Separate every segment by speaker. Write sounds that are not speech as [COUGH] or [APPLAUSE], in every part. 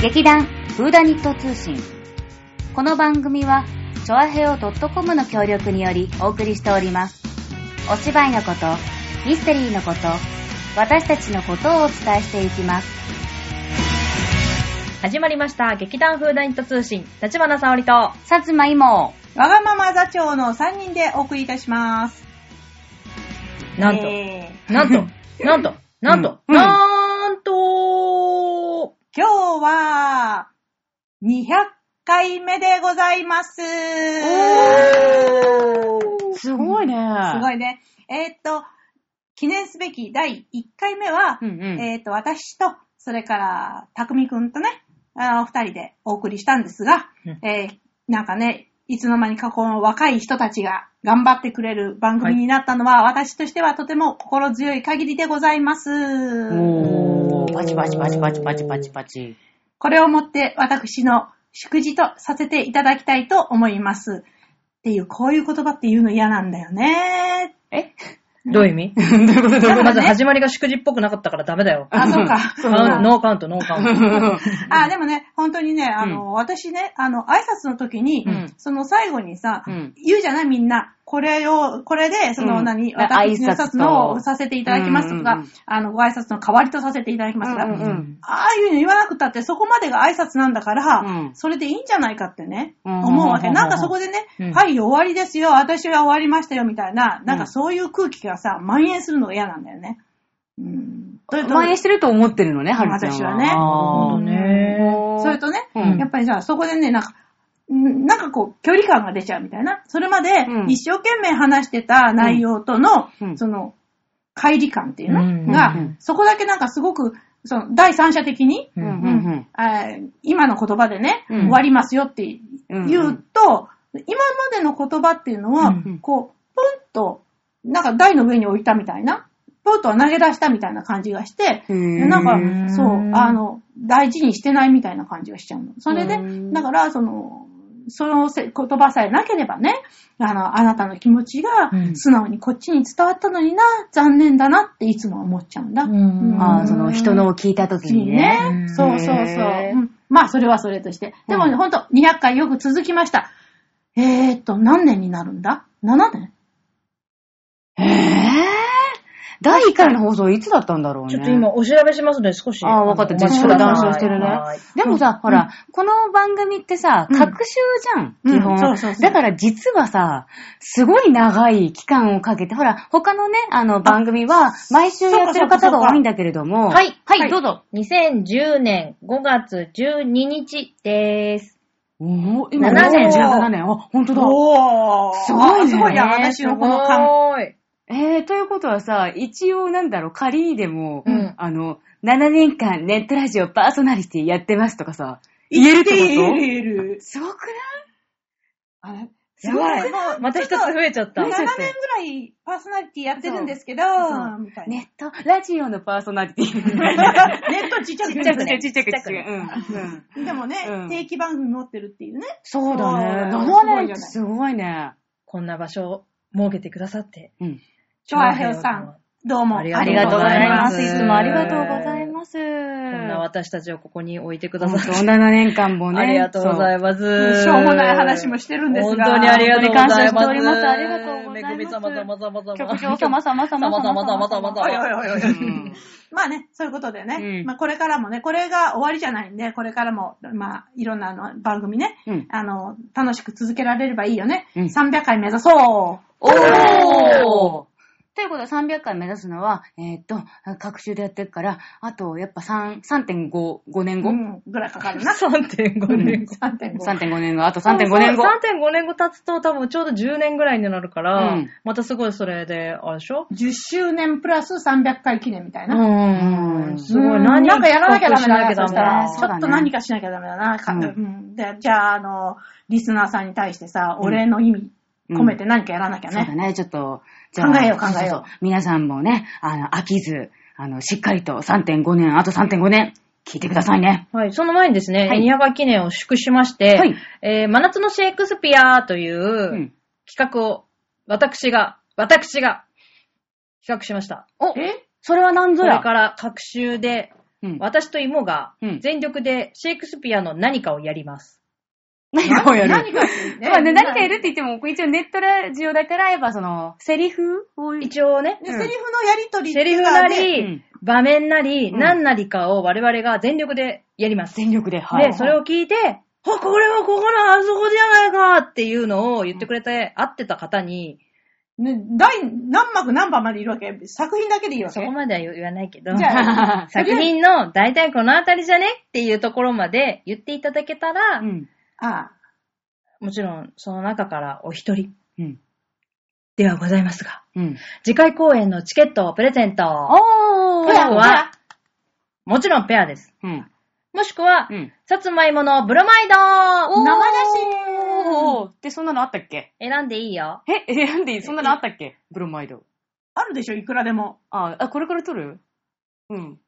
Speaker 1: 劇団フーダニット通信この番組はチョアヘオ .com の協力によりお送りしておりますお芝居のことミステリーのこと私たちのことをお伝えしていきます
Speaker 2: 始まりました。劇団フーダニット通信。立花沙織と。は
Speaker 1: さつまいも
Speaker 3: わがまま座長の3人でお送りいたします。
Speaker 2: なんと
Speaker 3: えー
Speaker 2: なんと、なんと、なんと、
Speaker 1: [LAUGHS] うん
Speaker 2: なんと、
Speaker 3: 今日は、200回目でございます。す
Speaker 1: すごいね
Speaker 3: ごいね。えーっと、記念すべき第1回目は、
Speaker 1: うんうん、
Speaker 3: えーっと、私と、それから、たくみくんとね、あのお二人でお送りしたんですが、
Speaker 2: うん
Speaker 3: えーなんかね、いつの間にかこの若い人たちが頑張ってくれる番組になったのは、私としてはとても心強い限りでございます。
Speaker 1: おーパチパチパチパチパチパチパチ
Speaker 3: これをもって私の祝辞とさせていただきたいと思います。っていう、こういう言葉って言うの嫌なんだよね。
Speaker 1: え
Speaker 2: どういう意味
Speaker 1: どういうこと
Speaker 3: だからね
Speaker 2: まず始まりが祝辞っぽくなかったからダメだよ。
Speaker 1: [LAUGHS]
Speaker 3: あ、そうか。
Speaker 1: そうだ
Speaker 2: あノーカウント、ノーカウント。
Speaker 3: あ、でもね、本当にね、あの、私ね、あの、挨拶の時に、
Speaker 1: うん
Speaker 3: その最後にさ、
Speaker 1: うん
Speaker 3: 言うじゃないみんな。これを、これで、その、
Speaker 1: うん
Speaker 3: 何、
Speaker 1: あ
Speaker 3: 私の
Speaker 1: 挨
Speaker 3: 挨
Speaker 1: 拶と
Speaker 3: 拶のをさせていただきますとか、
Speaker 1: うんうんうん
Speaker 3: あの、ご挨拶の代わりとさせていただきますとか、
Speaker 1: うんうん
Speaker 3: ああいうの言わなくたって、そこまでが挨拶なんだから、
Speaker 1: うん
Speaker 3: それでいいんじゃないかってね、
Speaker 1: うん
Speaker 3: 思うわけ。なんかそこでね、
Speaker 2: うん
Speaker 3: はい、終わりですよ、私は終わりましたよ、みたいな、なん
Speaker 1: うん
Speaker 3: かそういう空気がさ、蔓延するのが嫌なんだよね。うん。それ
Speaker 1: [LAUGHS]
Speaker 3: と、
Speaker 1: 蔓延してると思ってるのね、はるちゃんは。
Speaker 3: 私はね
Speaker 1: [LAUGHS] あー
Speaker 2: ね
Speaker 3: それとね、
Speaker 1: うん
Speaker 3: やっぱりさ、そこでね、なんか、んなんかこう、距離感が出ちゃうみたいな。それまで
Speaker 1: う、ん
Speaker 3: 一生懸命話してた内容との、
Speaker 1: うん
Speaker 3: その、乖離感っていうの、
Speaker 2: うん
Speaker 3: が、
Speaker 1: うん
Speaker 3: そこだけなんかすごく、その、第三者的に、
Speaker 2: う
Speaker 1: うんんうん
Speaker 3: あー今の言葉でね、
Speaker 1: うん
Speaker 3: 終わりますよって言
Speaker 1: うん。
Speaker 3: うと、今までの言葉っていうのは、
Speaker 2: うん
Speaker 3: こう、ポンと、なんか台の上に置いたみたいな、ポンと投げ出したみたいな感じがして、
Speaker 1: うん、
Speaker 3: なん
Speaker 1: う
Speaker 3: か、そう
Speaker 2: う、ん
Speaker 3: あの、大事にしてないみたいな感じがしちゃうの。それで
Speaker 1: うん、
Speaker 3: だから、その、そのせ言葉さえなければね、あの、あなたの気持ちが
Speaker 2: うん
Speaker 3: 素直にこっちに伝わったのにな、残念だなっていつも思っちゃうんだ。
Speaker 2: うん
Speaker 3: うん
Speaker 1: あーその人のを聞いた時
Speaker 3: いい
Speaker 1: にね。
Speaker 2: うん
Speaker 3: ね。そうそうそう。
Speaker 1: へー
Speaker 3: うんまあ、それはそれとして。でも
Speaker 1: う
Speaker 3: ね、ほんと、200回よく続きました。えーっと、何年になるんだ ?7 年
Speaker 1: えぇ第1回の放送いつだったんだろうね。
Speaker 2: ちょっと今、お調べしますので少し。
Speaker 1: あーわかった
Speaker 2: お待ちください
Speaker 1: 実況談笑してるね
Speaker 2: はい
Speaker 1: でもさ、ほら、この番組ってさ、
Speaker 3: うん
Speaker 1: 各週じゃん、
Speaker 3: うん
Speaker 1: 基本、
Speaker 3: そうそうそう
Speaker 1: だから実はさ、すごい長い期間をかけて、ほら、他のね、あの番組は、毎週やってる方が多いんだけれども、
Speaker 2: はい、
Speaker 1: はい、
Speaker 2: はい、
Speaker 1: ど
Speaker 2: ど
Speaker 1: う
Speaker 2: う
Speaker 1: ぞ。
Speaker 2: ぞ。2010年5月12日です。
Speaker 1: おー今
Speaker 2: 7年
Speaker 1: 2017年。あ、ほんとだ。
Speaker 3: おー
Speaker 1: すごいね
Speaker 3: すごいな、
Speaker 2: ね
Speaker 3: 私のこの
Speaker 2: す
Speaker 3: 感。
Speaker 2: ごい。
Speaker 1: えー、ということはさ、一応なんだろう、仮にでも、
Speaker 2: うん
Speaker 1: あの、7年間ネットラジオパーソナリティやってますとかさ、言えるっ
Speaker 3: 言ってて
Speaker 1: こと
Speaker 3: 言える。
Speaker 1: すごく
Speaker 3: あれ
Speaker 2: やばい
Speaker 3: もう
Speaker 2: また一つ増えちゃった
Speaker 3: 7。
Speaker 1: ね
Speaker 3: 年ぐらいパーソナリティやってるんですけど
Speaker 1: そう、
Speaker 3: みた
Speaker 1: ないい
Speaker 3: な。
Speaker 1: ネットラジオのパーソナリティ。
Speaker 3: [LAUGHS] ネットちっちゃく
Speaker 1: ちっ
Speaker 3: ね
Speaker 1: ちゃく
Speaker 2: ね
Speaker 1: [LAUGHS] ちっちゃくちっちゃく。
Speaker 2: ちっちゃく
Speaker 1: うん
Speaker 3: でもね
Speaker 1: うん、
Speaker 3: 定期番組持ってるっていうね。
Speaker 1: そうだね。
Speaker 3: そう
Speaker 1: 7年ってすごいね。
Speaker 2: こんな場所を設けてくださって。
Speaker 1: うん。
Speaker 3: チョアヘオさん、どうも
Speaker 2: あ
Speaker 3: あ
Speaker 2: り
Speaker 3: り
Speaker 1: あ
Speaker 2: が
Speaker 3: が
Speaker 1: りが
Speaker 3: と
Speaker 1: とう
Speaker 3: うご
Speaker 1: ござ
Speaker 3: ざ
Speaker 1: い
Speaker 3: い
Speaker 1: ま。
Speaker 3: ますす。
Speaker 1: いつもありがとうございます。
Speaker 2: こんな私たちをここに置いてくだ
Speaker 1: 本
Speaker 2: さっ
Speaker 1: 当
Speaker 2: て。
Speaker 1: 7年間もね。
Speaker 2: ありがとうございます。
Speaker 3: しょうもない話もしてるんですが
Speaker 2: 本当にありがとうございま
Speaker 1: 本
Speaker 2: す。
Speaker 1: 当に感謝しておりますありがとうございます
Speaker 2: めぐみ様様様様。
Speaker 1: 局長様様様様
Speaker 2: 様様様
Speaker 3: おい
Speaker 2: 様。
Speaker 3: おいおいおい
Speaker 1: うん
Speaker 3: まあね、そういうことで
Speaker 1: う
Speaker 3: ね
Speaker 1: ん、
Speaker 3: まあこれからもね、これが終わりじゃないんで、これからも、まあ、いろんなあの番組ね
Speaker 1: うん、
Speaker 3: あの、楽しく続けられればいいよね。
Speaker 1: うん
Speaker 3: 300回目指そう
Speaker 1: おーということで300回目指すのは、えーっと、各週でやってるから、あと、やっぱ3、3.5、5年後、
Speaker 3: うんぐらいかかるな。
Speaker 2: 3.5年後。
Speaker 3: 3.5。
Speaker 1: ?3.5 年後、あと3.5年後。
Speaker 2: 3.5年後経つと多分ちょうど10年ぐらいになるから、
Speaker 1: うん
Speaker 2: またすごいそれで、あれでしょ
Speaker 3: 10周年プラス300回記念みたいな。
Speaker 1: ん
Speaker 2: うんすご
Speaker 3: う
Speaker 2: い。
Speaker 3: ん
Speaker 2: 何
Speaker 3: なんかやらなきゃダメだな、そ
Speaker 2: 企画
Speaker 3: し
Speaker 2: したな
Speaker 3: ら。
Speaker 2: きゃダメだ
Speaker 3: ちょっと何かしなきゃダメだな。か
Speaker 1: うん
Speaker 3: うんでじゃあ、あの、リスナーさんに対してさ、お礼の意味込めて何かやらなきゃ
Speaker 1: そうだ
Speaker 3: ね。
Speaker 1: ね、ちょっと、
Speaker 3: 考えよう考えよう
Speaker 1: 皆さんもね、あの、飽きず、あの、しっかりと3.5年、あと3.5年、聞いてくださいね。
Speaker 2: はい、その前にですね、
Speaker 1: はい
Speaker 2: ニヤバ記念を祝しまして、
Speaker 1: はい
Speaker 2: えー真夏のシェイクスピアといううん企画を、私が、私が企画しました。
Speaker 1: お
Speaker 3: え
Speaker 1: それは何
Speaker 2: こ
Speaker 1: ぞ
Speaker 2: れ
Speaker 1: や。
Speaker 2: から各週で
Speaker 1: うん
Speaker 2: 私と妹が
Speaker 1: うん
Speaker 2: 全力でシェイクスピアの何かをやります。
Speaker 1: [LAUGHS] 何かをやる。
Speaker 3: 何かって
Speaker 1: [LAUGHS] まあね、何かいるって言っても、一応ネットラジオだから、やっぱその、セリフを、
Speaker 2: 一応ね、
Speaker 3: で
Speaker 2: う
Speaker 3: セ
Speaker 2: ん
Speaker 3: リフのやりとり
Speaker 2: セリフな
Speaker 3: で
Speaker 2: り、
Speaker 1: うん
Speaker 2: 場面なり、
Speaker 1: うん
Speaker 2: 何なりかを我々が全力でやります。
Speaker 1: 全力で、はい。
Speaker 2: で、それを聞いて、あ、これはここのあそこじゃないかっていうのを言ってくれて、会ってた方に、
Speaker 3: ね、第何幕何番までいるわけ作品だけでいいわ
Speaker 2: そ
Speaker 3: け
Speaker 2: こまでは言わないけど、
Speaker 3: じ
Speaker 2: [LAUGHS]
Speaker 3: ゃ
Speaker 2: 作品の大体このあたりじゃねっていうところまで言っていただけたら、
Speaker 1: [LAUGHS] うん。
Speaker 3: ああ、
Speaker 2: もちろんその中からお一人
Speaker 1: うん。
Speaker 2: ではございますが、
Speaker 1: うん。
Speaker 2: 次回公演のチケットをプレゼント。
Speaker 1: おー
Speaker 2: ペアは、もちろんペアです。
Speaker 1: うん。
Speaker 2: もしくは、
Speaker 1: うん。
Speaker 2: さつまいものブロマイドを
Speaker 3: 生だし
Speaker 1: おーって、そんなのあったっけ
Speaker 2: 選んでいいよ。
Speaker 1: え、え選んでいいそんなのあったっけブロマイド。
Speaker 3: あるでしょいくらでも。
Speaker 1: あ、あ、これから撮るうん。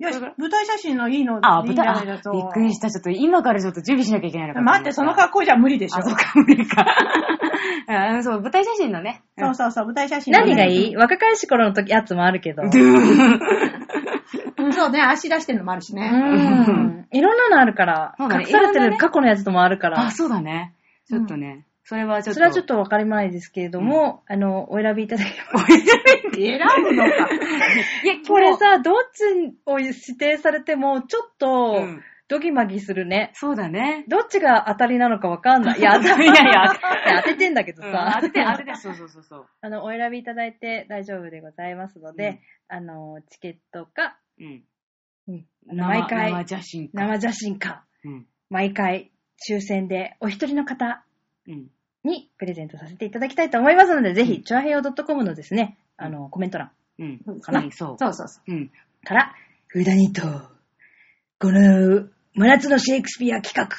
Speaker 3: よし
Speaker 1: これから、
Speaker 3: 舞台写真のいいの
Speaker 1: あ、
Speaker 3: い
Speaker 1: 舞
Speaker 3: いん
Speaker 1: 台、
Speaker 3: じゃ
Speaker 1: あ
Speaker 3: ない
Speaker 1: び
Speaker 3: だと
Speaker 1: っくりした。ちょっと今からちょっと準備しなきゃいけないのかと思
Speaker 3: 待
Speaker 1: いま
Speaker 3: って、
Speaker 1: した
Speaker 3: その格好じゃ無理でしょ。
Speaker 1: あ、そうか、無理か。あ [LAUGHS] そう、舞台写真のね。
Speaker 3: そうそうそう、舞台写真のね。
Speaker 2: 何がいい若返し頃の時やつもあるけど。う
Speaker 3: そうね、足出してるのもあるしね。
Speaker 2: ん。いろんなのあるから、
Speaker 1: そうだね
Speaker 2: 隠されて
Speaker 1: いろんなね
Speaker 2: る過去のやつともあるから
Speaker 1: あ、。そうだね。ちょっとね。それはちょっと。
Speaker 2: それはちょっ
Speaker 1: と。
Speaker 2: とわかりまいですけれども、あの、お選びいただけます。
Speaker 3: 選ぶの
Speaker 1: い
Speaker 3: か。
Speaker 1: や、
Speaker 2: [LAUGHS] これさ、どっちを指定されても、ちょっ
Speaker 1: もう、
Speaker 2: と
Speaker 1: う、ん
Speaker 2: ドギマギするね。
Speaker 1: そうだね。
Speaker 2: どっちが当たりなのかわかん
Speaker 1: [LAUGHS]
Speaker 2: ない。いや、当たり、
Speaker 1: いやいや
Speaker 2: 当ててんだけど
Speaker 1: う
Speaker 2: さ。
Speaker 1: ん当てて、当てて、そうそうそうそう。
Speaker 2: あの、お選びいただいて大丈夫でございますので、あの、チケットか、
Speaker 1: うん。
Speaker 2: うん毎
Speaker 1: 生
Speaker 2: 回
Speaker 1: 生写真か。
Speaker 2: 生写真か、
Speaker 1: うん。
Speaker 2: 毎回、抽選でお一人の方
Speaker 1: うん。
Speaker 2: にプレゼントさせていただきたいと思いますので、ぜ
Speaker 1: う
Speaker 2: ひ、チョアヘヨ .com のですね、あの、コメント欄
Speaker 1: うん。
Speaker 3: か
Speaker 1: うんそう。
Speaker 3: そうそうそう。
Speaker 1: うん。
Speaker 2: から、フーダニット、この、真夏のシェイクスピア企画、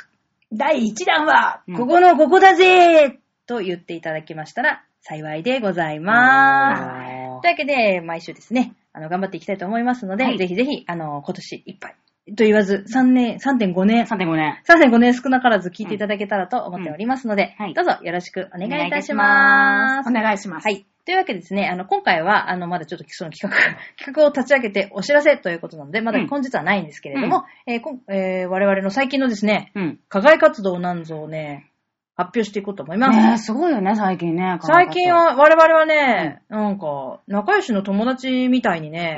Speaker 3: 第1弾は、
Speaker 1: うん
Speaker 2: ここのここだぜと言っていただきましたら、幸いでございます。
Speaker 1: あ
Speaker 2: というわけで、毎週ですね、あの、頑張っていきたいと思いますので、
Speaker 1: はい
Speaker 2: ぜひぜひ、あの、今年いっぱい、と言わず、3年、3.5年
Speaker 1: ー。、3.5年。
Speaker 2: 3.5年少なからず聞いていただけたらと思っておりますので、
Speaker 1: うんはい
Speaker 2: どうぞよろしくお願い
Speaker 1: お
Speaker 2: いたし
Speaker 1: 願いいたしま
Speaker 2: ます
Speaker 3: お。願いします。
Speaker 2: はい。というわけでですね、あの、今回は、あの、まだちょっとその企画、 [LAUGHS] 企画を立ち上げてお知らせということなので、まだ
Speaker 1: うん
Speaker 2: 本日はないんですけれども、えーこんえー我々の最近のですね、
Speaker 1: うん。
Speaker 2: 課外活動なんぞをね、発表していこうと思います。
Speaker 1: ねえすごいよね、最近ね。
Speaker 2: 最近は、我々はね、なんか、仲良しの友達みたいにね、